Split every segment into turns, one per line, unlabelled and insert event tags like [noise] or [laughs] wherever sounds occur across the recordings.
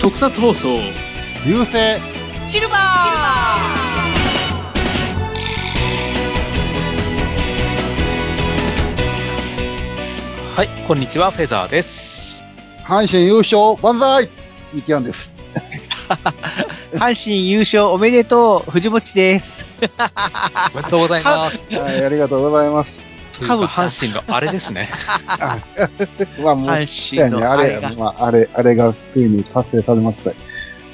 特撮放送
流星
シルバー
はいこんにちはフェザーです
阪神優勝万歳イキアンです。
阪神優勝おめでとう、藤持です。
おめでとうございます
[laughs]
はい、ありがとうございます。
カブ阪神のあれですね
まあ、もう、
阪神
ね、
の
あ
あ
れ
れが。
まあ、あれ、あれがついに達成されました。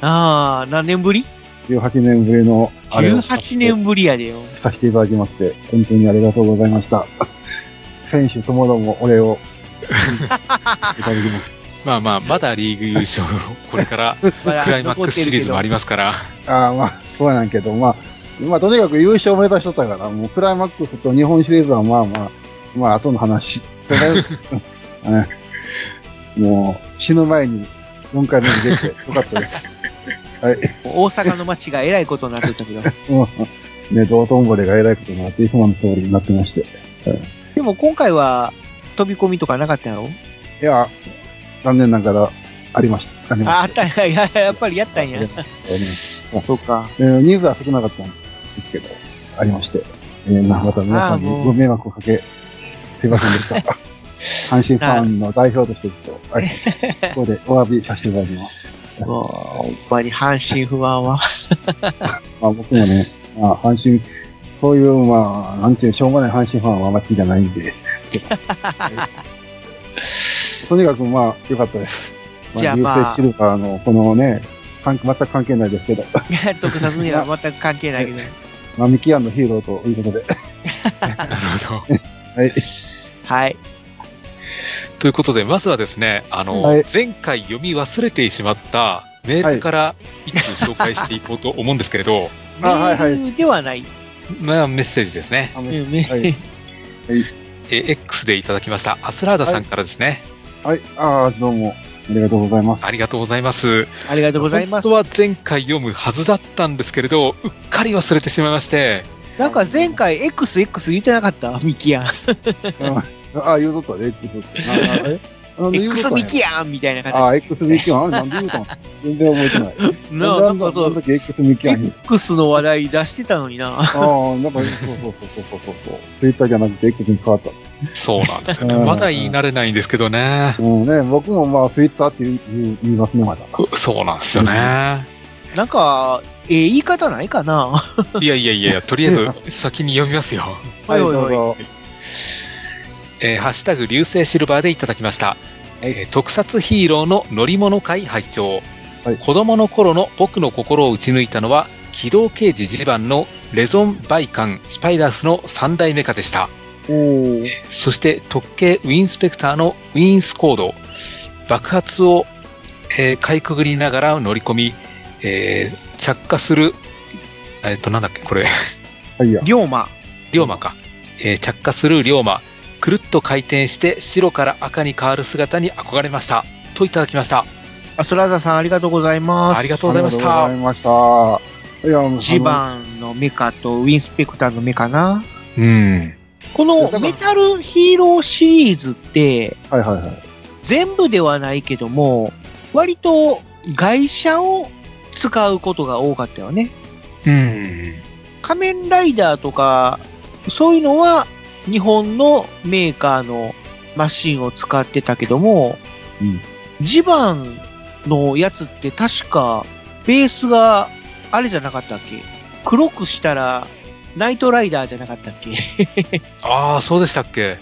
ああ、何年ぶり
18年ぶりの、あれを
?18 年ぶりやでよ。
させていただきまして、本当にありがとうございました。 [laughs] 選手ともどもお礼
[laughs]
をいただきます。
[laughs] まあまあまだリーグ優勝これ [laughs] から
まだ
クライマックスシリーズもあります [laughs] から
ああ、まあ、そうなんけど、まあ、まあ、とにかく優勝を目指しとったから、もうクライマックスと日本シリーズはまあまあ、まあ、後の話。 [laughs] とりあえずうんもう、死ぬ前に4回目に出て、よかったです。はい。
大阪の街がえらいことになってたけど。
うんね、道頓堀がえらいことになって、いつもの通りになってまして。
でも今回は飛び込みとかなかったやろ
いや、残念ながら、ありました。ありま
ああったんや。ややっぱりやったん
した。
や
あり。ましたね
そうか。
えー人数は少なかったんですけど、ありまして、えー、また皆さんに
あーもう
ご迷惑をかけ、すいませんでした。
[laughs]
阪神ファンの代表として、ちょっとはいここでお詫びさせていただきます。
もう、ほんまに阪神不安は。
まあ、僕もね、まあ、阪神、そういう、まあ、なんていう、しょうがない阪神ファンはあんまり好きじゃないん
[laughs]
で、はいとにかく、まあ、良かったです。
じゃあ
流
ま
星
あ
シルバーの、このね、関全く関係ないですけど、 [laughs]
いや、特撮には全く関係ないけど。
マミキアンのヒーローということで、
なるほど
はい。
はい。
ということでまずはですねあの、
はい
前回読み忘れてしまったメールから一通紹介していこうと思うんですけれど、 [laughs]
あはいはい
メールではない。
まあメッセージですね
あ
う
の
んメール
はい
えー X でいただきましたアスラーダさんからですね、
はい、ああ、どうも、ありがとうございます。
ありがとうございます
ありがとうございます
本。当は前回読むはずだったんですけれどうっかり忘れてしまいまして
なんか前回 XX 言ってなかったミキアン。
うんああ、言うとったで、言うとった。ななえなんで言うとっ
X
たん
ミ
や
キアンみたいな
あ
感
あ、X ミキアン、あれなんで言うたん全然覚えてない。
じ。なあ、なんかそ
その
う、
時 X ミキアンに。
X の話題出してたのにな。
ああ、
[laughs]
なんか、そうそうそうそうそうそう。ツイッターじゃなくて X に変わった。
そうなんですよね
うん
まだ言い慣れないんですけどね
うんね、僕もまあツイッターって言う言う言いますね、まだ。
そうなんですよね
なんか、ええ言い方ない
[laughs]
かな。
いやいやいやとりあえず先に読みますよ
はい、ど
おいおいう
ぞ。
えーハッシュタグ流星シルバーでいただきました、えー特撮ヒーローの乗り物会拝聴、
はい
子供の頃の僕の心を打ち抜いたのは機動刑事ジバンのレゾン・バイカン・スパイラスの3代メカでした
おー
そして特警ウィンスペクターのウィンスコード爆発を、えーかいくぐりながら乗り込み、えー着火するえっ、となんだっけこれ [laughs]
はいや。
龍馬。
龍馬か、えー着火する龍馬くるっと回転して白から赤に変わる姿に憧れましたといただきました
アスラザさんありがとうございます。
ありがとうございました
ありがとうございました。いや、もう
ジバンのメカとウィンスペクターのメカな。
うん
こ
いやだか
の
ら
メタルヒーローシリーズって、
あのはいはいはい。
全部ではないけども、割と外車を使うことが多かったよね。
うん
仮面ライダーとか、そういうのは日本のメーカーのマシンを使ってたけども、
うん
ジバンのやつって確かベースがあれじゃなかったっけ黒くしたらナイトライダーじゃなかったっけ
ああそうでしたっけ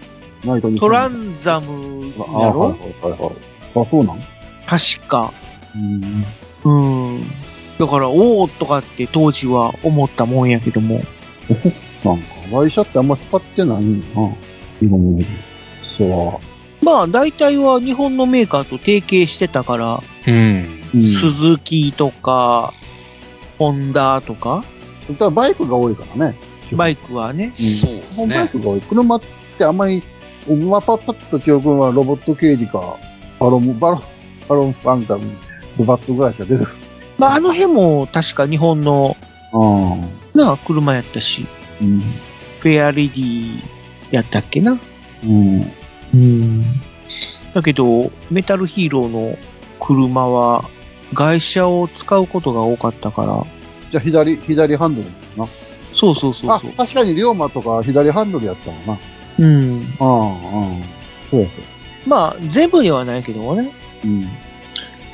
ナイトに
トランザム
あ
だ
あ、はい
ろ
はいはいはい。あ、そうなん
確か。
うん。
うん。だから、おーとかって当時は思ったもんやけども。
なんか、ワイシャってあんま使ってないんやな。今も見る。そうは。
まあ、大体は日本のメーカーと提携してたから、
うん
うん。
スズキとか、ホンダとか、
ただバイクが多いからね。
バイクはね、
そうです
本バイ
ね
クが多い。車ってあんまり、まあ、パッパッと記憶はロボット刑事か、バロン、バロン、バロンファンか、ドバットぐらいしか出てくる。
まあ、あの辺も確か日本の
うん。
なあ、車やったし、
うん。
フェアレディやったっけな。
うん。
うん。だけど、メタルヒーローの車は、外車を使うことが多かったから、
じゃあ左、左ハンドルな。
そうそうそう
あ
そう、。
確かに龍馬とか左ハンドルやったもんな。
うん。
うん、うん。そうやそう。
まあ、全部ではないけどね。
うん。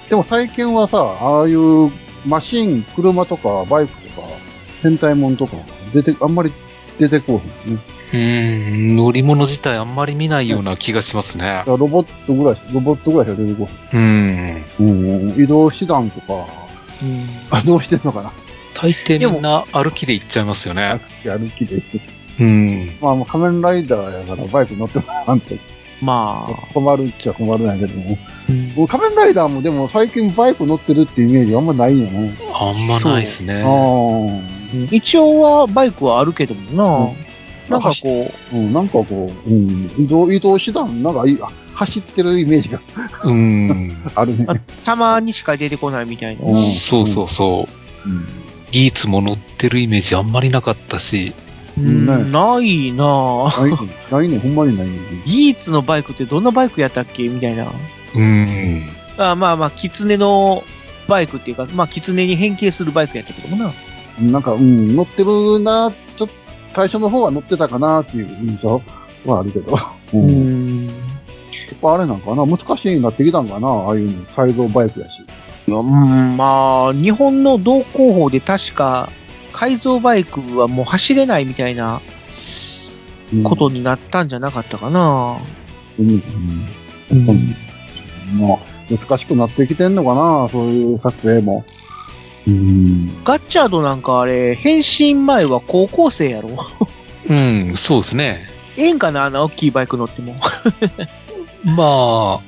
でも最近はさ、ああいうマシン、車とかバイクとか、変態もんとか、出て、あんまり出てこうへんね。
うん、乗り物自体あんまり見ないような気がしますね
だか。らロボットぐらいし、ロボットぐらいしか出てこ
うん。
へん。うん、移動手段とか、
うん。
あ、どうしてんのかな。
大抵みんな歩きで行っちゃいますよね。
歩きで行く。
うん。
まあ、もう仮面ライダーやからバイク乗ってもらわんと
まあ、
困るっちゃ困るんやけども。
うん
もう仮面ライダーもでも最近バイク乗ってるってイメージあんまないよね。
あんまないですね。
あ
一応はバイクはあるけどもな、
うん
なんかこ
あ。うん、なんかこう、うん、移動移動手段、なんかいいあ走ってるイメージが
うん。
あるね。
う、たまにしか出てこないみたいな。
うん
そうそうそう。ギーツも乗ってるイメージあんまりなかったし、
うん
ね
ないなぁ。
ない [laughs] ね、ないね、ほんまにないね。
ギーツのバイクってどんなバイクやったっけみたいな。
うん。
あまあまあ、キツネのバイクっていうか、まあ、キツネに変形するバイクやったけどもな。
なんか、うん、乗ってるな、ちょっと最初の方は乗ってたかなっていう印象はあるけど。うんやっ
ん。
ぱあれなんかな、難しいなってきたんかな、ああいうの改造バイクやし。
うんまあ、日本の同行法で確か、改造バイクはもう走れないみたいな
うん
ことになったんじゃなかったかな。
うんうんうんもう難しくなってきてんのかな、そういう撮影も。うん。
ガッチャードなんかあれ、変身前は高校生やろ [laughs]
うん、そうですね。
ええんかなあの大きいバイク乗っても。
まあ、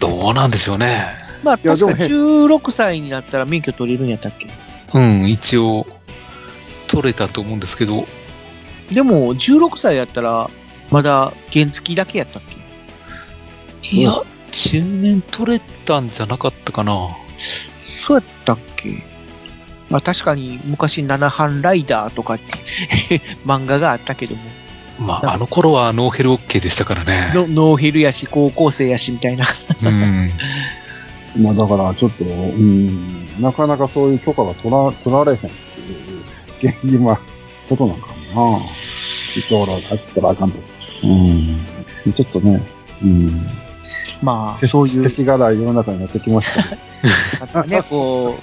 どうなんでしょうね。
まあ、
いや
確
で
か
も
16歳になったら免許取れるんやったっけ
うん、一応、取れたと思うんですけど、
でも、16歳やったら、まだ原付だけやったっけ
いや、中年取れたんじゃなかったかな。
そうやったっけまあ確かに昔七班ライダーとかって [laughs] 漫画があったけども、
ま
うん
あ、あの頃はノーヘル OK でしたからね。
のノーヘルやし高校生やしみたいな。
うん。
まあだからちょっと、うん、なかなかそういう許可が取ら取られへんっていう、現実はことなんかもな。道路を走ったらあかんと。うん。ちょっとね、うん。
まあそうい
世
う、
知辛い世の中になってきましたけど。
ね、こう、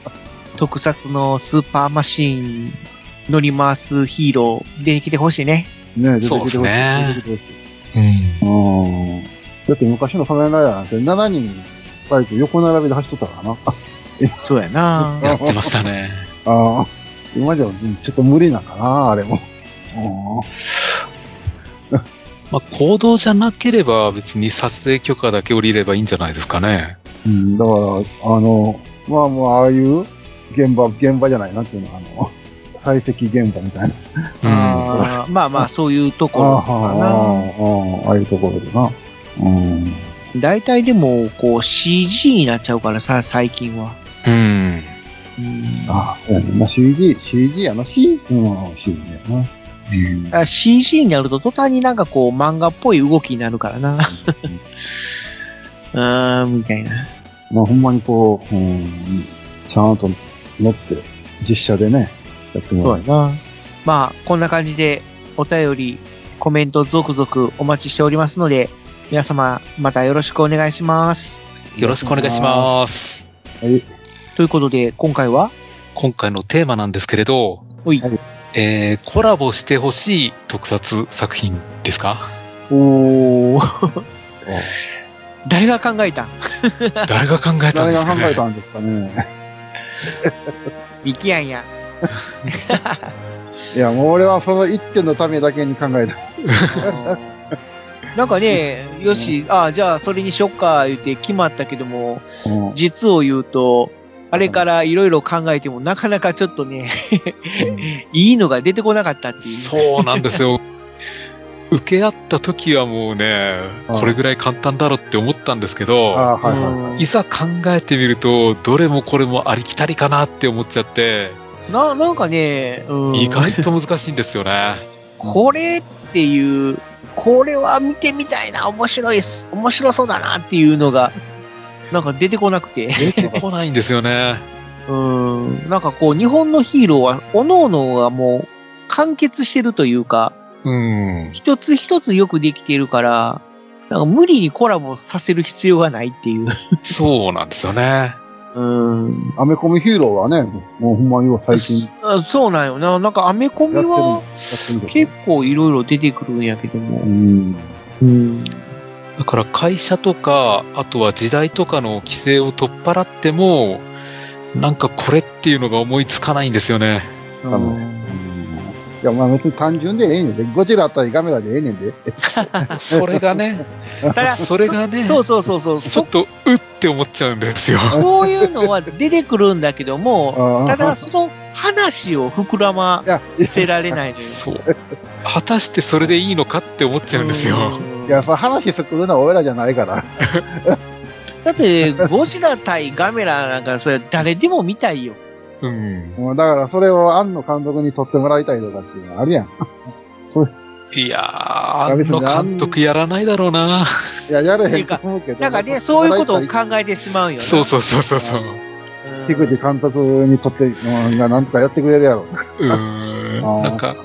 特撮のスーパーマシーン乗り回すヒーロー出てきてほしいね。
ね、出てきて
そう
ほ
で
しい
すね
出てきてほしい
うん。
うんだって昔の仮面ライダーなんて7人バイク横並びで走っとったからな。
そうやな
やってましたね。
ああ今じゃちょっと無理なんかな、あれも。
まあ、行動じゃなければ別に撮影許可だけ降りればいいんじゃないですかね。
うん、だから、あの、まあもうああいう現場、現場じゃないなっていうのは、あの、 [laughs] 採石現場みたいな。
うん。
あーまあまあそういうとこ
ああ
ろ
あ
か
あああいうところでな。うん。
な。大体でもこう CG になっちゃうからさ、最近は。
うん。
うん
ああ、そうやね。まあ CG、CG やな、C? うん、CG やな。うん
だから CG になると途端になんかこう漫画っぽい動きになるから [laughs] な。うーん、みたいな。
まあ、ほんまにこう、うん、ちゃんと持って、実写でね、やってもらう。
な。まあ、こんな感じでお便り、コメント続々お待ちしておりますので、皆様またよろしくお願いします。
よろしくお願いします。
はい。
ということで、今回は、
今回のテーマなんですけれど、
おい
は、い
えー、コラボしてほしい特撮作品ですか
おー、 [laughs] 誰が考えたん [laughs]
誰が考えたん
誰
です
が
か、
考
ね、
えたんですかね。
ミキアンや。
いや、もう俺はその一点のためだけに考えた。
[laughs] なんかね、よし、あじゃあそれにしよっか、言って決まったけども、
うん
実を言うと、あれからいろいろ考えても、なかなかちょっとね、 [laughs] いいのが出てこなかったっていう。
そうなんですよ。受け合った時はもうね、
うん
これぐらい簡単だろって思ったんですけ
あ
ど、
あ、はいはい
うん
いざ考えてみると、どれもこれもありきたりかなって思っちゃって、
な、なんかね、うん。
意外と難しいんですよね。
これっていう、これは見てみたいな、面白いっす、面白そうだなっていうのが、なんか出てこなくて。
出てこないんですよね。
うん。なんかこう、日本のヒーローは、各々がもう、完結してるというか、
うん。
一つ一つよくできてるから、なんか無理にコラボさせる必要がないっていう。
そうなんですよね。
うん。
アメコミヒーローはね、もうほんまに最近や
あ [laughs] そうなんよな。なんかアメコミ
ってるや
は
ってるけど。
結構いろいろ出てくるんやけど
う
も。
ん。
うん。
だから会社とか、あとは時代とかの規制を取っ払っても、なんかこれっていうのが思いつかないんですよね。
あのいや、まあ別に単純でええねんで。ゴジラあったりガメラでええねんで。
それがね、
た
[laughs]
だ、
それがね、
そうそうそうそう。
ちょっと、うって思っちゃうんですよ。
そういうのは出てくるんだけど
[laughs] あ
も、
ー
ただその話を膨らま
いや、
せられないのよ。
そう。果たしてそれでいいのかって思っちゃうんですよ。
うん
いや、その話作るのは俺らじゃないから。
だって、ゴジラ対ガメラなんか、それ誰でも見たいよ。
うん。
もうだからそれを庵野監督に撮ってもらいたいとかっていうのあるやん。
いやー、あの監督やらないだろうな。
いや、やれへんと思うけど。
なんかね、そういうことを
か
考えてしまうよな。
そうそうそうそうそう。
うん
樋口監督にとって、うんがなんとかやってくれるやろ。
うーん。
あー
なんか、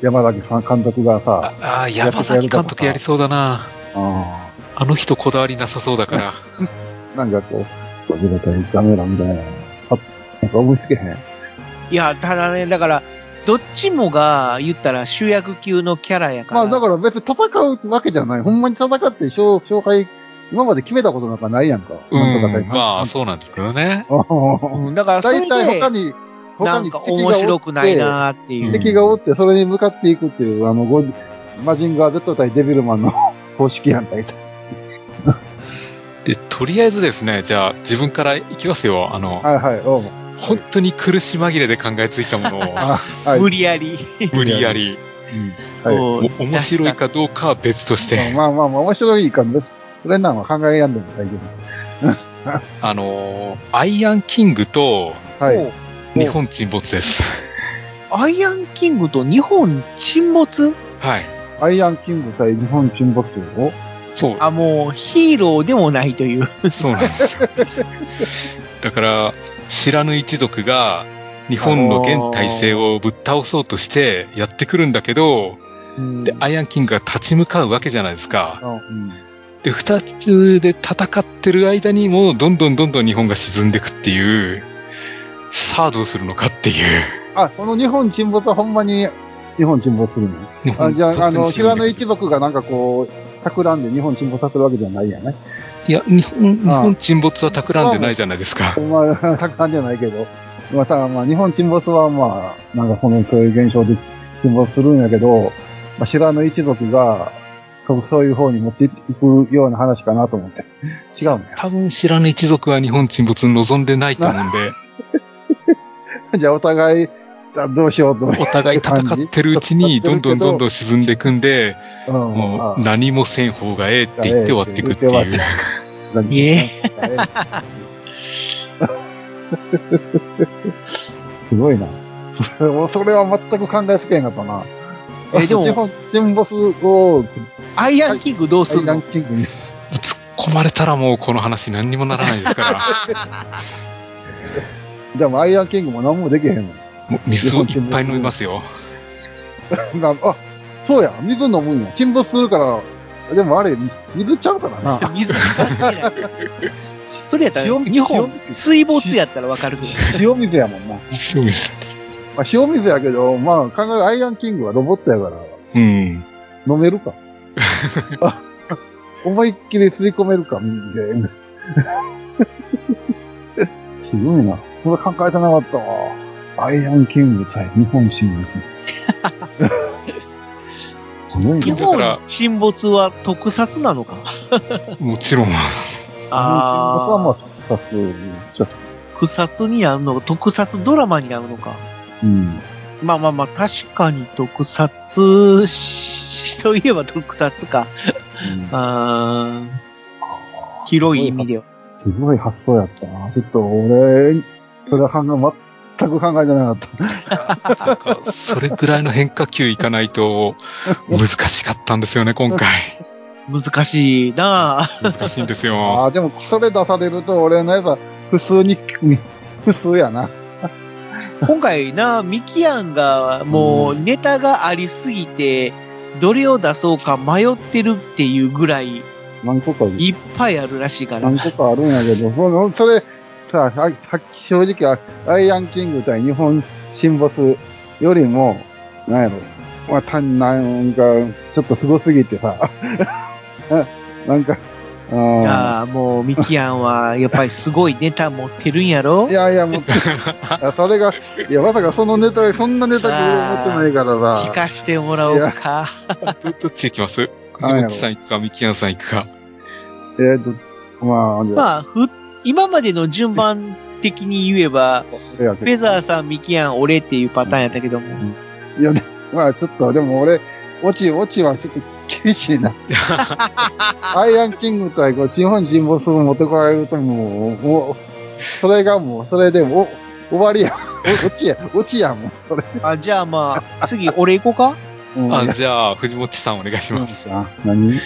山崎さん監督がさ、
ああー、山崎監督やりそうだな。
あ
あの人こだわりなさそうだから。
ーなんかこう、ゴジラ対ガメラみたいな。パッなんか思いつけへん。
いや、ただね、だから、どっちもが言ったら主役級のキャラやか
ま
ら。
あだから別に戦うわけじゃない。ほんまに戦って勝勝敗、今まで決めたことなんかないやんか。
う
なんとか対
ん。まあ、そうなんですけどね。
うん
うん、だからそ
[laughs]
れ
大
で、
体他に、他
な
に
ん
敵
か
がおって
面白くないなーっていう。
敵がおって、それに向かっていくっていう、あの、ゴジマジンガー Z 対デビルマンの [laughs] 公式やん、大体。
で、とりあえずですね、じゃあ自分からいきますよ。あの、
はいはい、どうも。
本当に苦し紛れで考えついたものを
あ、はい。
無理やり。
[laughs] 無理やり。
はい
こう
お面白い。かどうかは別として、
まあまあまあ、面白いかも。それなの考えやんでも大丈
あのー、アイアンキングと
夫。はい。
もう
日本沈没です。
アイアンキングと日本沈没
はい。
アイアンキング対日本沈没という
そう、
あ、もうヒーローでもないという。
そうなんですよ。だから、知らぬ一族が日本の現体制をぶっ倒そうとしてやってくるんだけど、で、アイアンキングが立ち向かうわけじゃないですか。
のうん。
で、二つで戦ってる間にも、どんどんどんどん日本が沈んでくっていう、さあどうするのかっていう。
あ、この日本沈没はほんまに日本沈没するの
日本
あじゃあ、あ
本当
の、
に
平
沈ん
野
でく
一族がなんかこう、企んで日本沈没させるわけじゃないやね。
いや、日本、日
ああ
本沈没は企んでないじゃないですか。
まあ、企んじゃないけど。まあ、ただまあ、日本沈没はまあ、なんかこの、こういう現象で沈没するんやけど、まあ、白野一族が、そうそういう方に持っていくような話かなと思って。違うんだよ。
多分知らぬ一族は日本沈没に望んでないと思うん [laughs] で、
[laughs] じゃあ、お互い、あどうしようと思って。
お互い戦ってるうちに、どんどんどんどん沈んでいくんで、
うん。
も
あ
う何もせん方がええって言って終わっていくっていう。
何
いえ
なんかえ [laughs] すごいな。それもそれは全く考えつけへんかったな。
えでも
日本沈没を
アイアンキングどうする
ラン
の
キングに
突っ込まれたらもうこの話何にもならないですから、
でもアイアンキングも何もできへんの。
もう水をいっぱい飲みますよ。
なあ、そうや、水飲むんや。沈没するから、でもあれ、水ちゃうからな。
[laughs] 水が出ない。
[laughs]
それやったら、
塩水
日本
塩水
水没やったらわかるけど。
塩水やもんな。ま
塩水なんです。
あ、塩水やけど、まあ、考えアイアンキングはロボットやから、
うん。
飲めるか。あ思いっきり吸い込めるか、水で。 [laughs] すごいな。これ考えてなかったわ。アイアンキング対日本沈没。すごい
日
な。
本沈没は特撮なのか。
もち [laughs] ろん。
沈没は [laughs] まあ、
ああ、
ちょっと、ちょっと、
不撮になるのか、特撮ドラマになるのか。
うん。
まあまあまあ、確かに特撮し、といえば [laughs] 特撮か。あー広い意味では。
すごい発想やったな。ちょっと俺、それは考え全く考えてなかった。
なんか、それぐらいの変化球いかないと、難しかったんですよね、今回。
難しいな [laughs] ぁ。
難しいんですよ。
ああ、でも、それ出されると、俺のやつは、普通に、普通やな。
今回な、ミキアンがもうネタがありすぎて、どれを出そうか迷ってるっていうぐらい
何個か、
いっぱいあるらしいから。
何個かあるんやけど、そのそれ、さあ、ささっき正直、アイアンキング対日本新ボスよりも、なんやろ、まあ、単なんか、ちょっとすごすぎてさ、 [laughs] なんか、うん
いやあもうミキアンはやっぱりすごいネタ持ってるんやろ
いやいや、もう、いやそれが、いや、まさかそのネタ、そんなネタ持ってないから
[laughs] 聞
さ、
かしてもらおうか。
どどっち行きます
な
藤
んやろ
本さん行くか、ミキアンさん行くか。
えーと、まあ、じゃあ、
まあ、ふ、今までの順番的に言え
[laughs]
ば、
いや
フェザーさん、ミキアン、俺っていうパターンやったけども。
いや、でまあ、ちょっと、でも俺、オチ、オチはちょっと厳しい
[laughs]
な。アイアンキング対こう、日本人ボスを持ってこられるともう、もう、それがもう、それでも、お、終わりや。おオチや、 [laughs] オチやもん、それ。
あ、じゃあまあ、次、俺
[laughs]
行こうか
うん
あ
いや
じゃあ、藤本さんお願いします。
うんあ何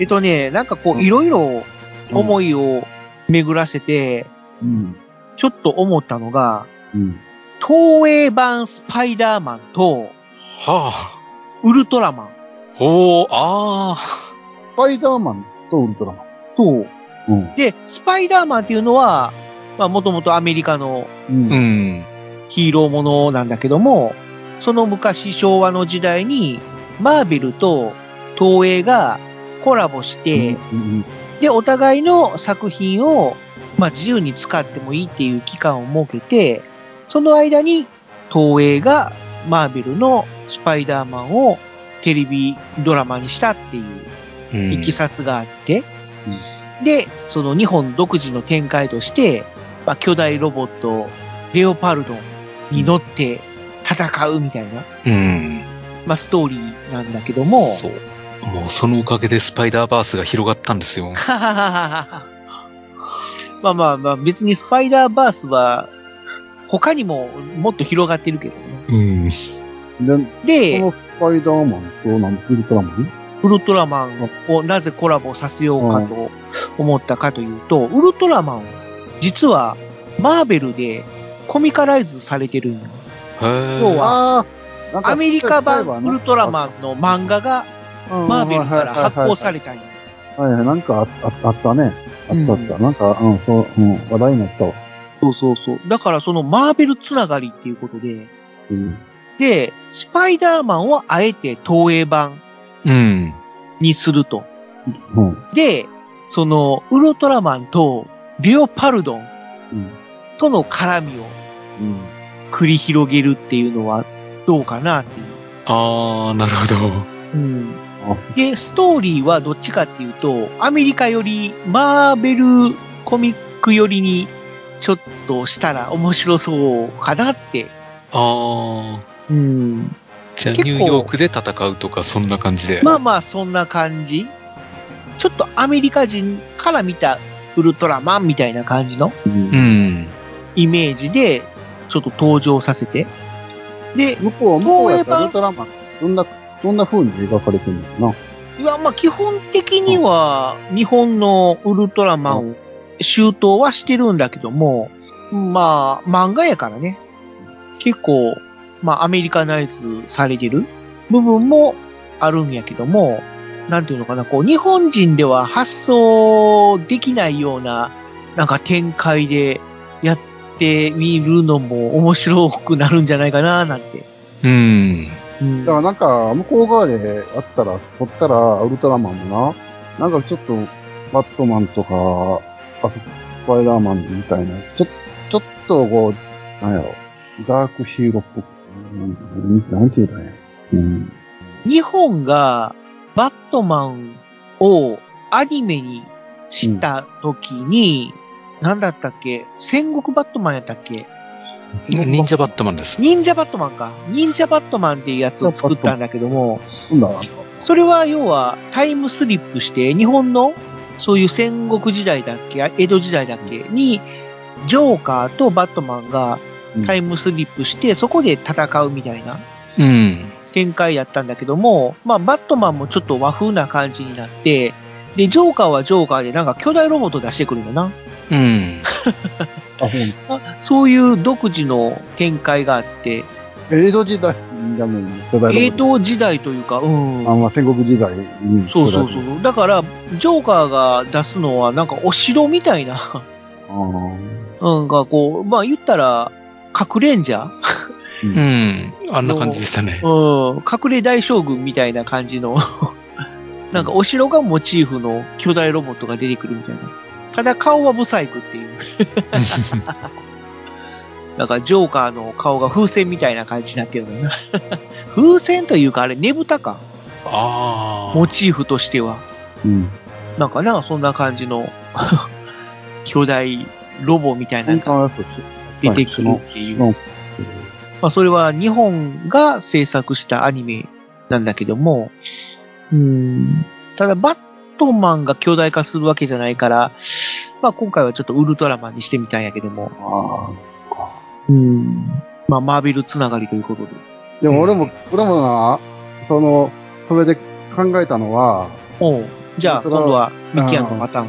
えっとね、なんかこ
う
う、
ん
いろいろ思いを巡らせて、
うん。
ちょっと思ったのが、
うん。
東映版スパイダーマンと、
はあ。
ウルトラマン
ほう、あ
スパイダーマンとウルトラマン。
と、
うん。
で、スパイダーマンっていうのは、まあ、もともとアメリカの
うん
あ。うん。
ヒーローものなんだけども、その昔昭和の時代に、マーベルと東映がコラボして、
うん
で、お互いの作品を、まあ、自由に使ってもいいっていう期間を設けて、その間に東映がマーベルのスパイダーマンをテレビドラマにしたっていう
うん
いきさつがあって、で、その日本独自の展開として、まあ、巨大ロボット、レオパルドンに乗って戦うみたいな、
うん。
まあ、ストーリーなんだけども、 [laughs]
そう。もうそのおかげでスパイダーバースが広がったんですよ。
はははははまあまあまあ、別にスパイダーバースは、他にももっと広がってるけどね。
うん。
うん。で、こ
で
の、スパイダーマンとなんウルトラマン
ウルトラマンをなぜコラボさせようかと思ったかというと、ウルトラマン、実はマーベルでコミカライズされてるんよ
へえ。
要
あ
は
あ、なんか
アメリカ版
例えば
ウ
な
ルトラマンの漫画がマーベルから発行されたんよ
はいはい、なんかあああったね。あったあった。
う
なんか、うん、そう、うん、話題になったわ。
そうそうそう。だからそのマーベルつながりっていうことで、
うん。
で、スパイダーマンをあえて東映版
うん。
にすると。
うん。
で、その、ウルトラマンとレオパルドン
うん。
との絡みを
うん。
繰り広げるっていうのはどうかなっていう。
ああ、なるほど。
うん。
あ
で、ストーリーはどっちかっていうと、アメリカより、マーベルコミックよりに、ちょっとしたら面白そうかなって。
ああ。
うん。
じゃあ、ニ
結構
ューヨークで戦うとか、そんな感じで。
まあまあ、そんな感じ。ちょっとアメリカ人から見たウルトラマンみたいな感じの
うん
うん。
イメージで、ちょっと登場させて。で、
向こう、向こうやったら
東映版
ウルトラマン、どんな、どんな風に描かれてるのか
いや、まあ基本的には、日本のウルトラマンを周到はしてるんだけども、まあ、漫画やからね。結構、まあアメリカナイズされてる部分もあるんやけども、なんていうのかな、こう、日本人では発想できないような、なんか展開でやってみるのも面白くなるんじゃないかな、なんて。
うん。
うん
な。だからなんか、向こう側であったら、撮ったら、ウルトラマンもな、なんかちょっと、バットマンとか、あスパイダーマンみたいな、ちょ、ちょっとこう、なんやろ、ダークヒーローっぽく、うんなんて言うたんや。うん。
日本がバットマンをアニメにした時に、なんだったっけ戦国バットマンやったっけ
忍者バットマンです。
忍者バットマンか。忍者バットマンっていうやつを作ったんだけども、
なんだ
それは要はタイムスリップして日本のそういう戦国時代だっけ江戸時代だっけに、ジョーカーとバットマンが
うん
タイムスリップして、そこで戦うみたいな
うん。
展開やったんだけども、まあ、バットマンもちょっと和風な感じになって、で、ジョーカーはジョーカーでなんか巨大ロボット出してくるのな。
うん。
あ、ほん
そういう独自の展開があって、
江戸時代じゃない巨大ロボ
江
ット。
戸時代というか、うん。
あ、まあ、戦国時代に。
そうそうそ
巨
う。だから、ジョーカーが出すのは、なんかお城みたいな、 [laughs]
大ロボット。
なんかこう、まあ言ったら、隠れんじゃ
うん。あんな感じでした
[laughs]
ね。
うん。隠れ大将軍みたいな感じの、 [laughs] なんかお城がモチーフの巨大ロボットが出てくるみたいな。ただ顔はブサイクっていう。なんかジョーカーの顔が風船みたいな感じになってるのな。 [laughs] 風船というかあれねぶたか。
ああ。
モチーフとしては。
うん。うん。
なんかな、そんな感じの、 [laughs] 巨大ロボみたいな
本
のが
当はそうですよ
出てくるっていう。
はい
まあ、それは日本が制作したアニメなんだけども、うん、ただバットマンが巨大化するわけじゃないから、まあ、今回はちょっとウルトラマンにしてみたんやけども、
ああ。
うん、まあ、マーベルつながりということで。
でも俺も、俺もな、その、それで考えたのは、
おうじゃあ、
ウルト
今
ラ
度はミキアンのパターン。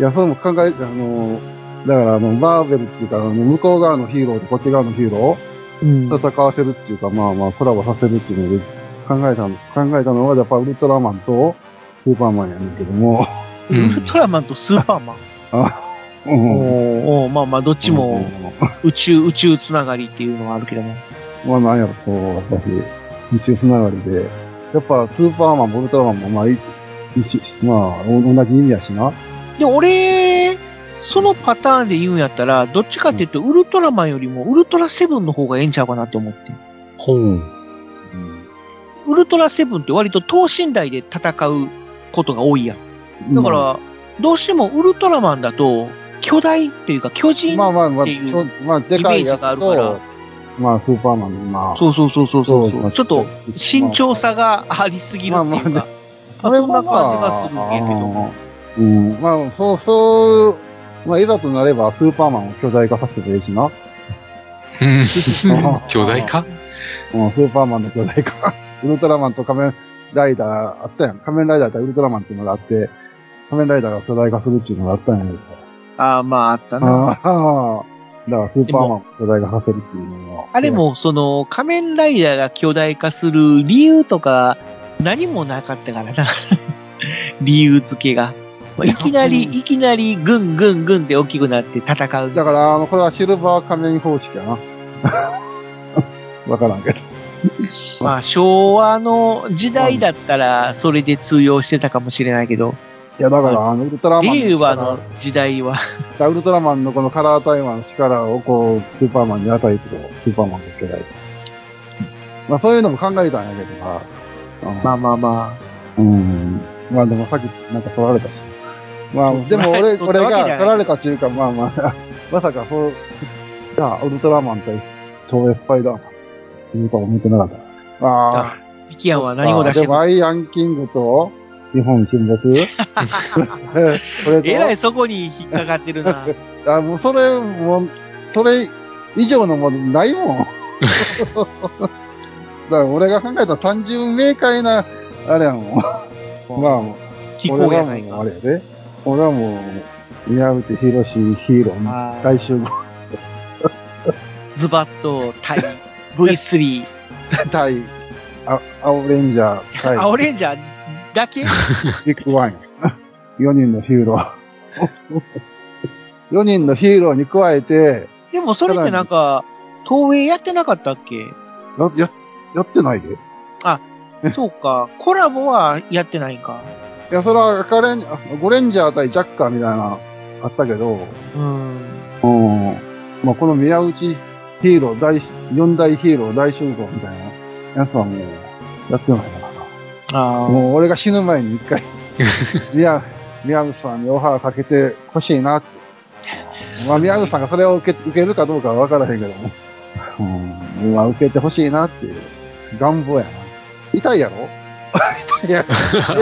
いや、それも考え、あの、だからあの、バーベルっていうか、あの、向こう側のヒーローとこっち側のヒーロ
うん
ーを戦わせるっていうか、まあまあ、コラボさせるっていうので、考えたの、考えたのは、やっぱウルトラマンとスーパーマンやねんけど
[laughs]
も、
うん
ウルトラマンとスーパーマン。
あ、うん。
おうおうまあまあ、どっちも宇宙、宇宙つながりっていうのはあるけども。
まあなんやろ、こう、私、宇宙つながりで、やっぱスーパーマンもウルトラマンも、まあ、い一緒まあ、お同じ意味やしな。
で、俺、そのパターンで言うんやったら、どっちかっていうと、ウルトラマンよりもウルトラセブンの方がええんちゃうかなって思って。
ほう。
ウルトラセブンって割と等身大で戦うことが多いやん。だ
ま
か
あ、
ら、どうしてもウルトラマンだと、巨大っていうか巨人。
まあまあ、まあ、
っていう
ちょまあ、でかいやつ
イメージがあるから
と、まあ、スーパーマンの、まあ、
そうそうそうそうそうそう。ちょっと、
慎
慎
重
重さがありすぎるっていうか。
まあまあ
まあそんな感じがするんやけども。
うん。まあ、そう、そう、まあ、いざとなれば、スーパーマンを巨大化させてくれるしな。
うん
[laughs]
巨大化
うん、スーパーマンの巨大化。 [laughs] ウルトラマンと仮面ライダーあったやん。仮面ライダーとウルトラマンっていうのがあって、仮面ライダーが巨大化するっていうのがあったんやけど。
ああ、まああったな。
ああ、だからスーパーマンを巨大化させるっていうのは。
あれも、その、仮面ライダーが巨大化する理由とか、何もなかったからな。理由付けが。まあいきなり、いきなり、ぐんぐんぐんで大きくなって戦う。
だから、あの、これはシルバー仮面方式やな。 [laughs] わからんけど。
まあ、昭和の時代だったら、それで通用してたかもしれないけど、
いや、だから、あの、ウルトラマンの力。
令和の時代は、
ウルトラマンのこのカラータイマーの力をこう、スーパーマンに与えてこう、スーパーマンが巨大化。まあ、そういうのも考えたんやけどな。うん
まあまあま
うん。まあでもさっきなんか取られたし。まあでも俺、俺
取られ取ったわけじゃ
が
ない
取られたというか、まあまあ、 [laughs] まさかそう、じゃあウルトラマン対超越スパイダーマンっていうとは思ってなかった。
あ、
あ
あ
あ。
ミキアンは何を出して
でも
る
アイアンキングと日本沈没 [laughs] これと、
えらいそこに引っかかってるな。
あ、もうそれ、もう、それ以上のものない
[laughs]
もん。だから俺が考えた単純明快な、あれや
[laughs]
もん。まあ、
聞こ
俺
うや
は
ない
もう
か
あ。れやで。俺はもう、宮内博士ヒーロー
あ
の
ー
大集 [laughs] 合
ズバッと対 V3。
対、あ青レンジャー対
[laughs] あ、オレンジャーだ [laughs] け
ビッグワンや。4人のヒーロー。4人のヒーローに加えて、
でもそれってなんか、東映やってなかったっけ
や、や、やってないで。い
そうか、コラボはやってないんか。
や、それは赤レン、あゴレンジャー対ジャッカーみたいなのあったけど、
うん。
うん。まあ、この宮内ヒーロー大、4大ヒーロー大集合みたいなやつはもう、やってないからな。[laughs]
あー
もう俺が死ぬ前に一 [laughs] 回、宮、宮内さんにオファーかけてほしいなって。まあ、宮内さんがそれを受け受けるかどうかは分からへんけども。うん、まあ、受けてほしいなっていう願望やな。痛いやろ [laughs] 痛いやろ。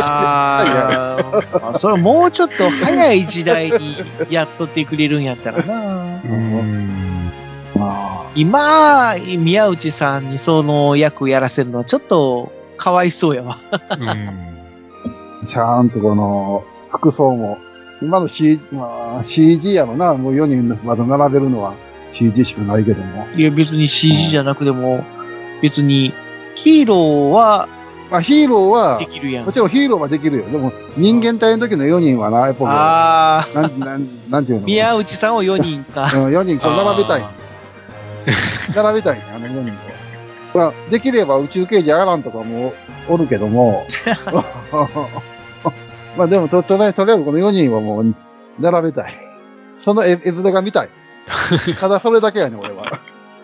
あー [laughs] あ。それもうちょっと早い時代にやっとってくれるんやったらな。
うん。
まあ、
今、宮内さんにその役やらせるのはちょっと、かわいそうやわ。
うん。
ちゃんとこの、服装も、今の C、まあ、CG やろな、もう4人まだ並べるのは CG しかないけども。
いや、別に CG じゃなくても、別に、ヒーローは
まあヒーローは
で、きるやん。
もちろんヒーローはできるよ。でも、人間体の時の4人はな、やっぱ
あ
こう、なん、なん、なんていう
ー、
の
宮内さんを4人か。
うん、4人こう並べたい
あ。
並べたいね、あの4人で。まあ、できれば宇宙刑事アランとかもおるけども。 [laughs] まあでもと、とりあえず、とりあえずこの4人はもう、並べたい。その絵絵面が見たい。ただそれだけやね、俺は。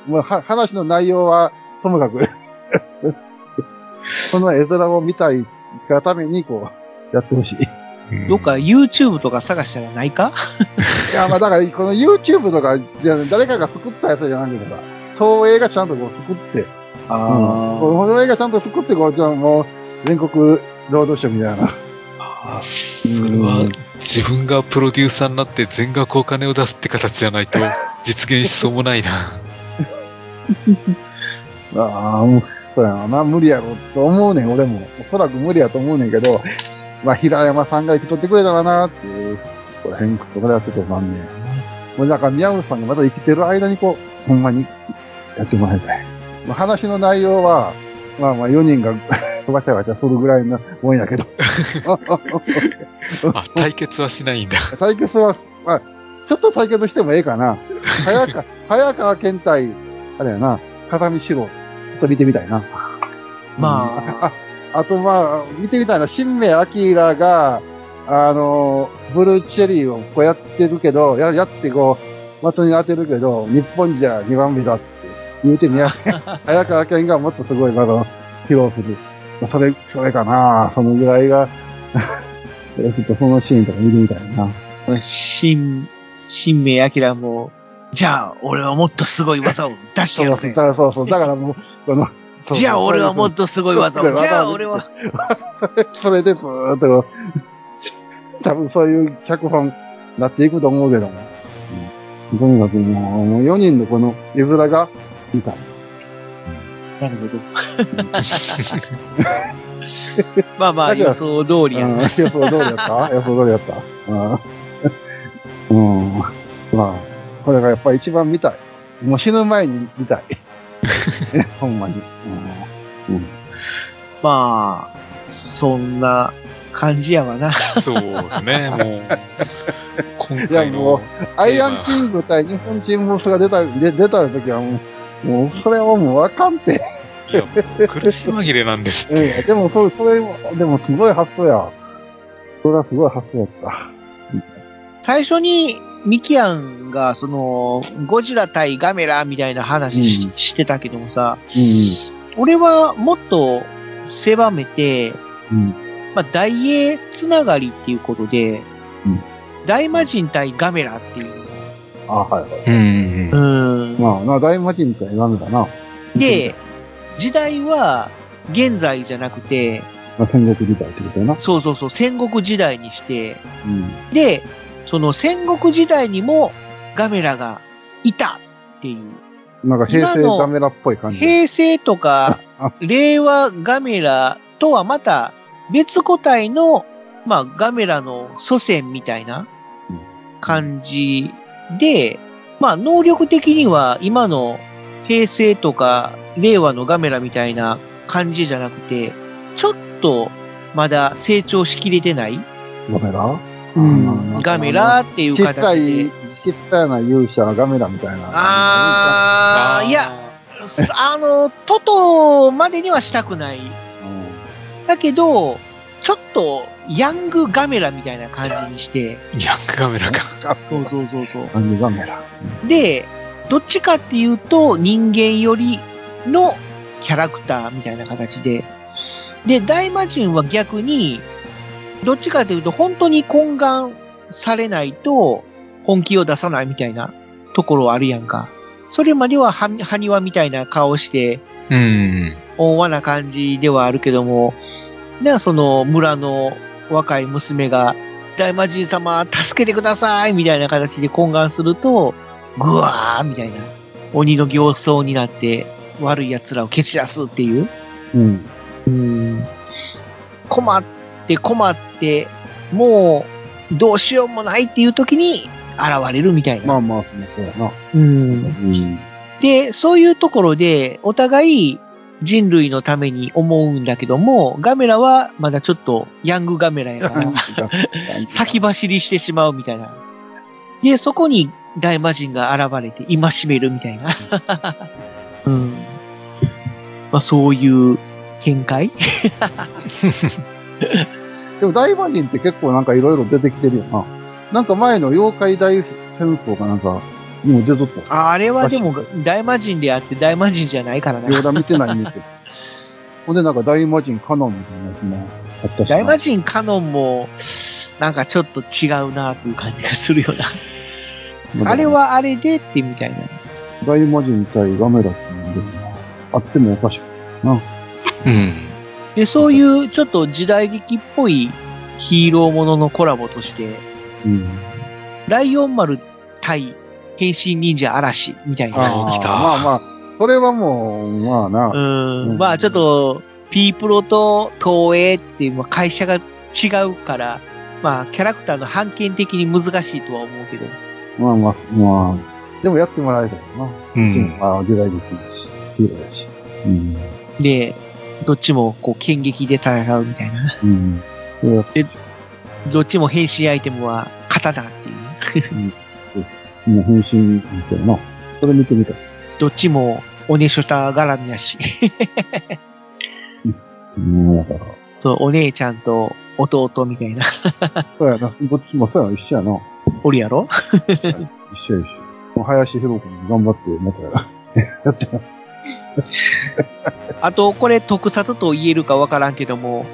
まあ、は話の内容は、ともかく。 [laughs] その絵面を見たいがために、こう、やってほしい。
うん
どっか YouTube とか探したらないか
いや、まあだから、この YouTube とか、じゃ誰かが作ったやつじゃなくてさ、東映がちゃんとこう作って、うん、この東映がちゃんと作って、こう、じゃあもう、全国労働省みたいな。
あーそれは自分がプロデューサーになって全額お金を出すって形じゃないと実現しそうも
[laughs]
ないな。
ああ、もう、そうやろな、無理やろと思うねん、俺も。おそらく無理やと思うねんけど、まあ、平山さんが生きとってくれたらなっていう、こら辺、これはちょっと残念やな。もうなんか、宮内さんがまだ生きてる間にこう、ほんまに、やってもらいたい。まあ、話の内容は、まあまあ、4人が、 [laughs] わちゃわちゃするぐらいなもんやけど。
あ、対決はしないんだ。
対決は、まあ、ちょっと対決してもええか
[laughs]
な。早川、早川健太、あれやな、片見四郎、ちょっと見てみたいな。
まあ、
あ、あとまあ、見てみたいな、新明明が、あの、ブルーチェリーをこうやってるけど、ややってこう、的に当てるけど、日本じゃ2番目だって言うて
[laughs]
みや、早川健がもっとすごい技を披露する。まあそれ、それかなそのぐらいが、 [laughs] ちょっとそのシーンとか見てみたいな。
新、新明明も、じゃあ、俺はもっとすごい技を出して
そう
や
そ
る
う
ぜ。
だそうそう、だからもう、この、そう
[laughs] じゃあ、俺はもっとすごい技
そう
を。
そう
じゃあ、俺は。
それでずーっとこう、多分そういう脚本になっていくと思うけども。うん、とにかくもう、もう4人のこの絵面が見たい。
なるほど。まあまあ、
だから
予想通りや
うん
な。
予想通りやった
[laughs]
予想通りやったうん。うん。まあ、これがやっぱ一番見たい。もう死ぬ前に見
[laughs]
たい。ほんまに。うん。うん
まあ、そんな感じやわな。
そうですね、もう。今
いや
回
もう
の。、
アイアンキング対日本人ボスが出た、で出た時はもう、もう、それはもうわかんて。
いや、もう苦し紛れなんですって。
うん、でもそれ、それも、でもすごい発想やわ。それはすごい発想やった。
最初に、ミキアンが、その、ゴジラ対ガメラみたいな話し,、
うん
してたけどもさ、
う
俺はもっと狭めて、
ん。うん。
まあ、大英つながりっていうことで、
うん
大魔神対ガメラっていう。
あ、はいはい。
うん
う。ん。
まあ、な、大魔神ってなんだな。
で、時代は現在じゃなくて、
まあ、戦国時代ってことやな。
そうそうそう、戦国時代にして、
うん。
で、その戦国時代にもガメラがいたっていう。
なんか平成
今の
ガメラっぽい感じ。
平成と
[laughs]
か
あ
令和ガメラとはまた別個体の、まあ、ガメラの祖先みたいな
うん
感じで、まあ、能力的には今の平成とか令和のガメラみたいな感じじゃなくて、ちょっとまだ成長しきれてない、
ガメラうん
ガメラっていう
ちっ
形
ちゃい
で。、
ちっちゃな勇者ガメラみたいな。
あー、いや、あの、トトまでにはしたくない。
う
だけど、ちょっと、ヤングガメラみたいな感じにして、
ヤングカメラか。
そうそうそうそ
ん。ガメラ。
う。で、どっちかっていうと、人間よりのキャラクターみたいな形で、で、大魔神は逆に、どっちかというと、本当に懇願されないと、本気を出さないみたいなところあるやんか。それまでは、は、はにわみたいな顔して、
うん。
温和な感じではあるけども、ね、その村の若い娘が、大魔神様、助けてくださいみたいな形で懇願すると、ぐわーみたいな鬼の形相になって、悪い奴らを蹴散らすっていう。
うん。
うん。困って困って、もう、どうしようもないっていう時に現れるみたいな。
まあまあ、そうやな。
うん。
うん。
で、そういうところで、お互い人類のために思うんだけども、ガメラはまだちょっとヤングガメラやから、先走りしてしまうみたいな。で、そこに大魔神が現れて今しめるみたいな。うん。まあそういう見解
でも大魔神って結構なんかいろいろ出てきてるよな。なんか前の妖怪大戦争かなんか、もう出とった。
ああれはでも大魔神であって大魔神じゃないからな。
ヨダ見てないん
[laughs]
だけど。ほんでなんか大魔神カノンみたいなやつもあったしな。
大魔神カノンも、なんかちょっと違うなという感じがするような。あれはあれでってみたいな。
大魔神対ガメラっていうのが出てるなあってもおかしくないな。
うん。
で、そういうちょっと時代劇っぽいヒーローもののコラボとして、
うん。
ライオン丸対変身忍者嵐みたいな。
あ
来
あ、
た
まあまあ、それはもう、まあな。
う。
うんん
まあちょっと、ピープロと東映っていうまあ会社が違うから、まあキャラクターの判件的に難しいとは思うけど。
まあまあ、まあ、でもやってもらえたよな。
う。
うんまあ、時代劇だし、ヒーローだし。うん。
で、どっちもこう剣撃で戦うみたいな。
うん。それは
どっちも変身アイテムは刀っていう。
もう変身みたいな。それ見てみたい。
どっちもおねしょた絡みやし。 [laughs]
うん、だから。
そう、お姉ちゃんと弟みたいな。
そうやな、どっちもそうやな、一緒やな。
おるやろ
一緒や一緒。もう林博子も頑張って、またや。やってな。
あと、これ特撮と言えるかわからんけども、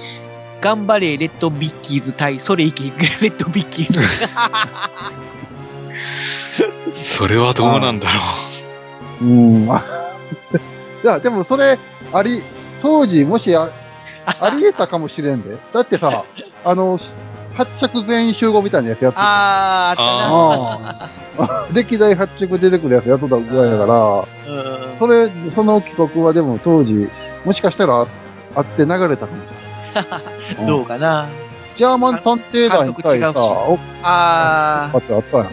頑張れ、レッドビッキーズ対ソレイキ、レ [laughs] ッドビッキーズ。
それはどうなんだろ
[laughs] うん。あいや、でもそれ、あり、当時、もしあ、あり得たかもしれんで。だってさ、あの、発着全員集合みたいなやつやってた
あー、あっ
ああ。 [laughs] 歴代発着出てくるやつやっとったぐらいだから、
たな。うん
それ、その企画はでも当時、もしかしたらあって流れたかもしれ
[laughs]
ない。
ど
うん
うかな。
ジャーマン探偵団に対し
監督違う
た、
し
おあ
あー、
ってあったやん。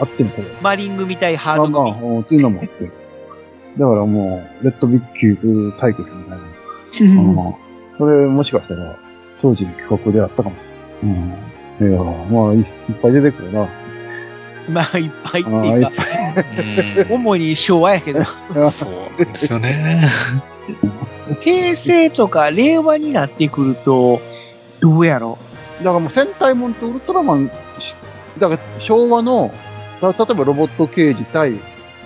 あってんこれ。
マリングみたいハー
まあ
ド
まあ、
組。
うんっていうのもあって。だからもう、レッドビッキーズ対決みたいな。うんそれもしかしたら、当時の企画であったかも。うん。いやまあい、いっぱい出てくるな。 [laughs] あ
[laughs] まあ、いっぱいって
あ、
い
いうっ
か、
う。
主に昭和や [laughs] けど、
ぱい。
そうなんですよね。
平成とか令和になってくると、どうやろ
だからもう戦隊もんとウルトラマンし、だから昭和の、た例えばロボット刑事対、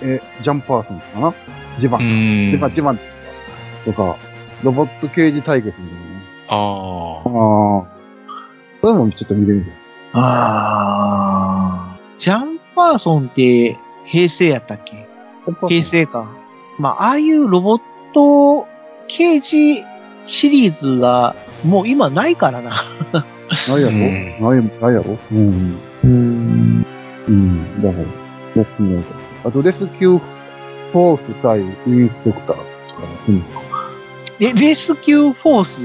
えージャンパーソンかなジバ
う
ン。
ん
ジ。バン、ジバンとか、ロボット刑事対決みたいなね。
あ
あ
あ。
あ。それもちょっと見てみて。
あー、ジャンパーソンって平成やったっけ平成か。まあ、ああいうロボット、刑事シリーズが、もう今ないからな。
ないやろ、
う
ない、ないやろうん。
うん。
うん。だから、やってみようか。あと、レスキューフォース対インスペクターとかもすんのか。
え、レスキューフォース。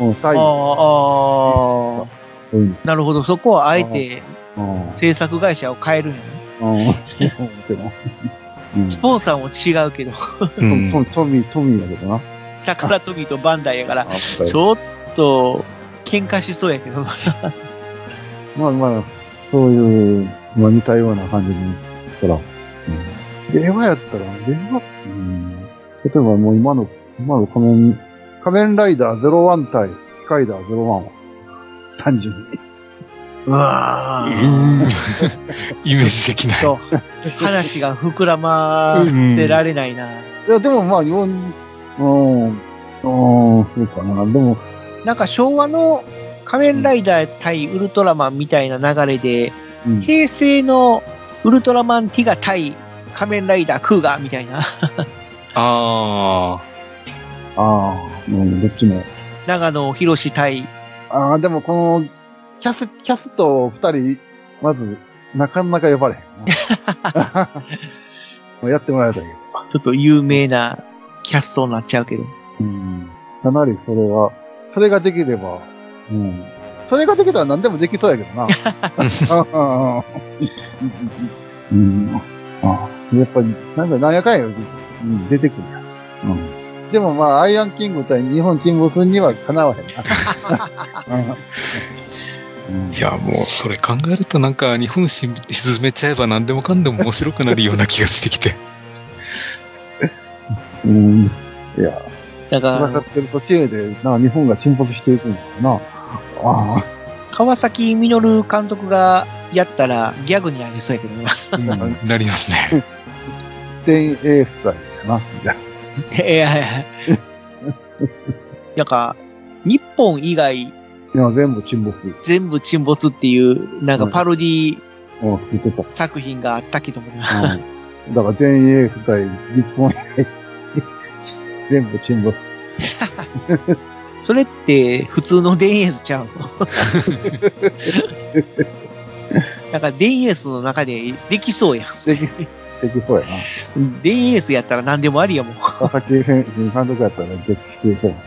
うん、対、
あ
そ
ーあー、
ういう
なるほど。そこはあえて
の。あ
制作会社を変えるんやね。
あ。うん。もちろん。うん。
スポンサーも違うけど、 [laughs]
うん
トミー、トミー、トミーだけどな。
タカラトミーとバンダイやから、
あ
ちょっと、喧嘩しそうやけど。
まあまあ、そういう、まあ似たような感じにしたら、うん。令和やったら、令和うん。例えばもう今の、今の仮面、仮面ライダー01対、機械ダー01は、単純に。
うわ
う
[laughs] ー
ん。イメージできない。
と、話が膨らませられないな。
いや、でもまあ、日本、うん、うん、そうかな。でも、
なんか昭和の仮面ライダー対ウルトラマンみたいな流れで、
うん。
平成のウルトラマンティガ対仮面ライダークーガーみたいな、 [laughs]
あ
ああ、うん、どっちも。
長野博士対、
ああ、でもこの、キャス、キャスト二人、まず、なかなか呼ばれへんな。まあやってもらえたらいいよ。
ちょっと有名なキャストになっちゃうけど。
うん。かなりそれは、それができれば、うん。それができたら何でもできそうやけどな。ああうん。ああやっぱり、なんか、なんやかんや、うん、出てくるやん。うん。でもまあ、アイアンキング対日本沈没にはかなわへんな。うん
いや、もう、それ考えるとなんか、日本沈沈めちゃえば何でもかんでも面白くなるような気がしてきて。
うん。いや、
だか
戦
ら、
ってる途中で、な、日本が沈没していくのかな。あ
川崎稔監督がやったらギャグになりそうやけどな。 [laughs]
うんなりますね。
あ、全員エース対やな。じゃ
いやいやいや。なんか、日本以外
今全部沈没。
全部沈没っていう、なんかパロディ
もう作っとった。
作品があったけどもな。
うん、だから全員エース対日本以外全部沈没。
それって普通のデンエースちゃう [laughs] のなんかデンエースの中でできそうや
でき、できそうやな。
ん。デンエースやったら何でもありやもん。
川崎編監督やったら絶対できそうやな。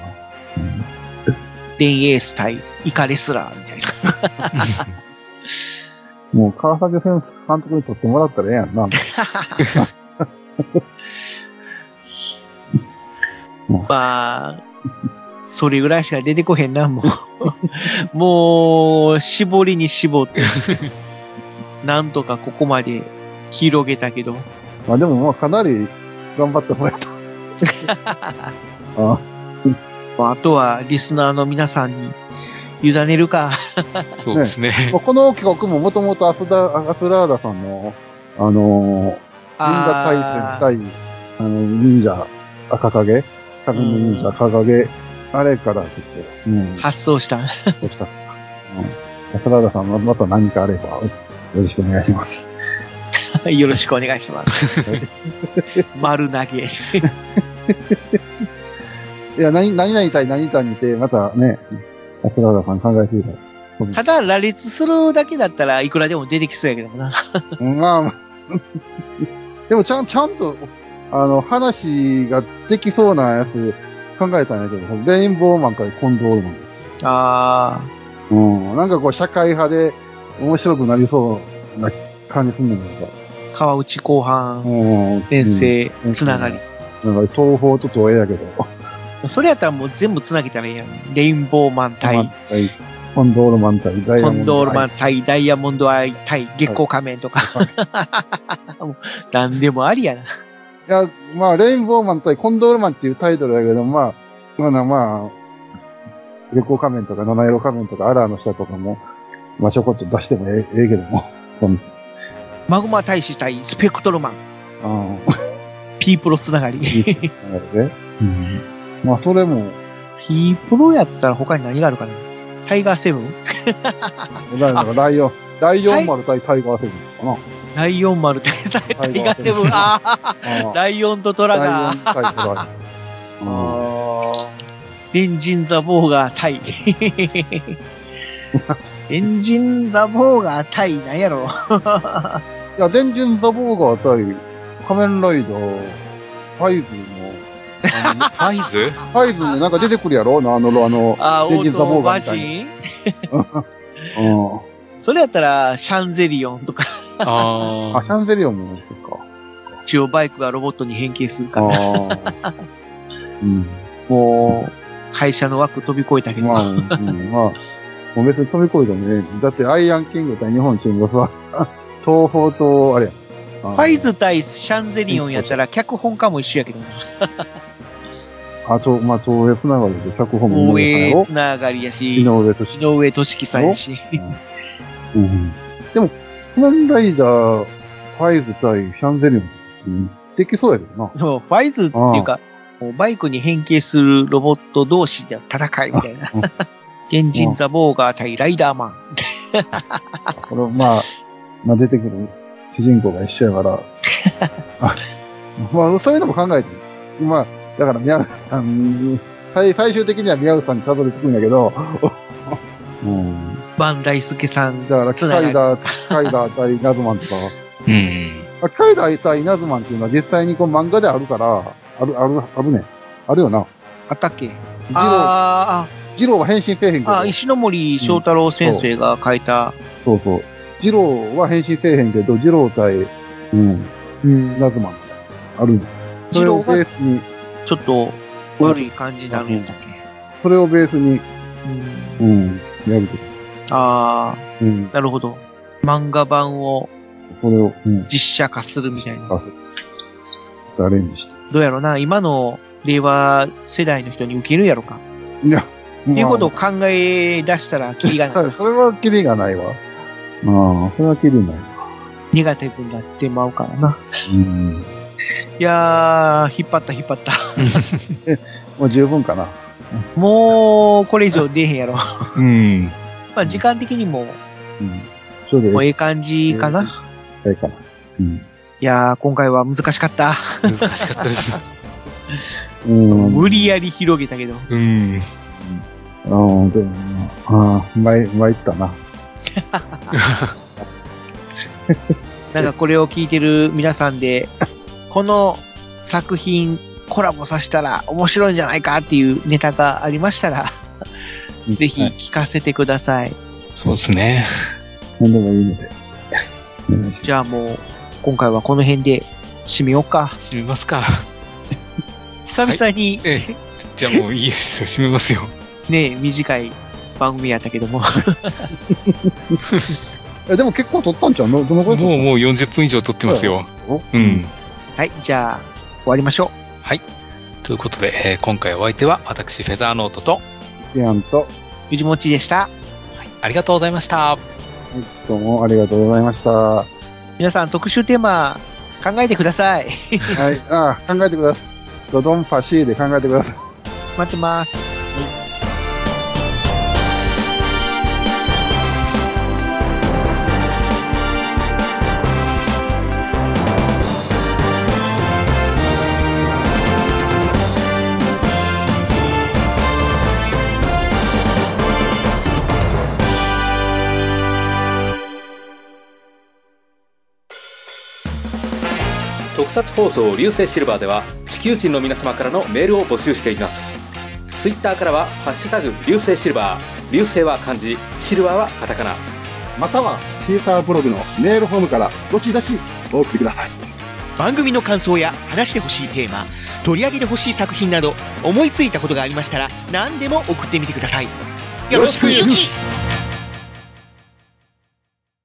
デンエース対イカレスラーみたいな。
うん、もう川崎編監督に撮ってもらったらええやんな。
まあ、それぐらいしか出てこへんな、もう。もう、絞りに絞って、なんとかここまで広げたけど、
まあでもまあかなり頑張ってもらった。あ
まああとはリスナーの皆さんに委ねるか。
そうですね。
まあこの曲ももともとアスダアスラーダさんの、あのー、忍者
あー
対戦対、あの、忍者、赤影赤の忍者、赤影、あれからちょっと、うん、
発想した。
どうしたか。うん。桜田さん、ままた何かあれば、よろしくお願いします。
よろしくお願いします。
[laughs]
丸投げ。
いや、何、何々対何々にて、またね、桜田さん考えてみたら。
ただ羅列するだけだったらいくらでも出てきそうやけどな。
うんまあまあ。 [laughs] でも、ちゃん、ちゃんと、あの、話ができそうなやつ考えたんやけど、レインボーマンからコンドールマン。
あ
うん。なんかこう、社会派で面白くなりそうな感じするんだけどさ。
あ、川内後半、
うん
先。生
うん
つながり。
なんか、東方と東映やけど。
それやったらもう全部つなげたらいいやん。レインボーマン対、
対。コンドールマン対、ダイヤ
コ
モンド。
ンドールマン対、ダイヤモンドアイ対、月光仮面とか。 [laughs] もう何でもありやな。
いや、まあ、レインボーマン対コンドールマンっていうタイトルだけど、まあ、まあな、まあ、旅行仮面とか七色仮面とかアラーの人とかも、まあちょこっと出してもええええけども。うん。
マグマ大使対、スペクトルマン、
あ
ピープロつながり。 [laughs] ピ
あ、なるほどね。うん。まあそれも、
ープロやったら他に何があるかなタイガーセブン
だからライオン、ライオン丸対タイガーセブンか
ライオン丸対タイガーセブン。ああ、
な。ああ
ライオンとトラ
ライオ
が
ン。対トラ。うん
エンジンザボーガー対。 [laughs] エンジンザボーガー対なんやろ。
いや、電ンザボーガー対仮面ライダー、ファイズの、あの
ファイズ
ファイズのなんか出てくるやろあの、あの、
あー、
電
[laughs] オ
人
ー
ザボ
ト
ーガーみたい
マ
な
ジン
うん。
それやったら、シャンゼリオンとか、
あ
あ、シ
あ。
ャンゼリオンもそうか。
一応バイクがロボットに変形するから、
ああ。うん。
もう、会社の枠飛び越えたけど、
まあ、うん、まあ、もう別に飛び越えてもね、だってアイアンキング対日本中国は、東方と、あれや。フ
ファイ。ズ対シャンゼリオンやったら、脚本家も一緒やけどな、
あと、まあ、東映つながりで脚本も
応
井
援
上
つながりやし、
井
井
上とし
上俊樹さんやし、
うん。でも、仮面ライダー、ファイズ対シャンゼリオン、うん、できそうやけどな。
でもファイズっていうか、もうバイクに変形するロボット同士で戦いみたいな
うん。
原人ザボーガー対ライダーマン。
これ、まあ、まあ、出てくる主人公が一緒や [laughs] から。あまあ、そういうのも考えて、今、だから宮内さんに最、最終的には宮内さんにたどり着くんやけど、うん、
バンダイスケさん
だから、
つ
ス
なが
カ [laughs]
り
イダー、スカイダー対ナズマンとか、
うん。
彼らさ、稲妻っていうのは実際にこう漫画であるから、ある、ある、あるね。あるよな。
あったっけ
ジロー、
あ
ジローは変身せえへんけ
ーあ、あ、
ど。
石ノ森章太郎先生が書いた、
そうそう。ジローは変身せえへんけど、ジロー対、うん、
うん、
稲妻。あるね。そ
ジ
れ
ロ
をベ
ー
ー
が
スに、
ちょっと悪い感じになるんやったっ
それをベースに、
け、うん、
うん、やるけ
あ
ど。うん
あ、。なるほど。漫画版を
それを、うん、
実写化するみたいな。
アレンジして。
どうやろな、今の令和世代の人に受けるやろか。
いや、
っていうことを
ま
考え出したら、キリが
あ
な
た
い。
だそれはキリがないわ。ああ、それはキリない。
ネガティブになってまうからな。
うん。
いやー、引っ張った引っ張った。
もう十分かな。
もう、これ以上出えへんやろ。 [laughs] ま
うん。
あ、時間的にも、
うん。それで
もう
え
ええ感じかな。
えかな。うん。
いやー、今回は難しかった。
難しかったです。
うん。
無理やり広げたけど。
うん。
うん、でも、ああ、前、前行ったな。
なんかこれを聞いてる皆さんで、この作品コラボさせたら面白いんじゃないかっていうネタがありましたら、ぜひ
はい
聞かせてください。
そうですね。
何でもいいので。お願いします
じゃあもう、今回はこの辺で締めようか。
閉めますか。
久々に
ええ。じゃあもういいですよ。閉めますよ。
ね、短い番組やったけども。 [laughs]
え、でも結構撮ったんちゃうのどの
も
くら
う
い撮っ
もう40分以上撮ってますよ。
たの
うん。
はい、じゃあ終わりましょう。
ということで、えー今回お相手は私、フェザーノートと、
キアンと、
ゆじもちでした。
ありがとうございました。
どうもありがとうございました。は
皆さん特集テーマ考えてください。 [laughs]
い。ああ、考えてください。ドドンパシーで考えてください。
待ってます。
特撮放送流星シルバーでは地球人の皆様からのメールを募集していますツイッターからは「ハッシュタグ流星シルバー」流星は漢字シルバーはカタカナ
またはシーサーブログのメールフォームからどしどしお送りください
番組の感想や話してほしいテーマ取り上げてほしい作品など思いついたことがありましたら何でも送ってみてくださいよろしくゆき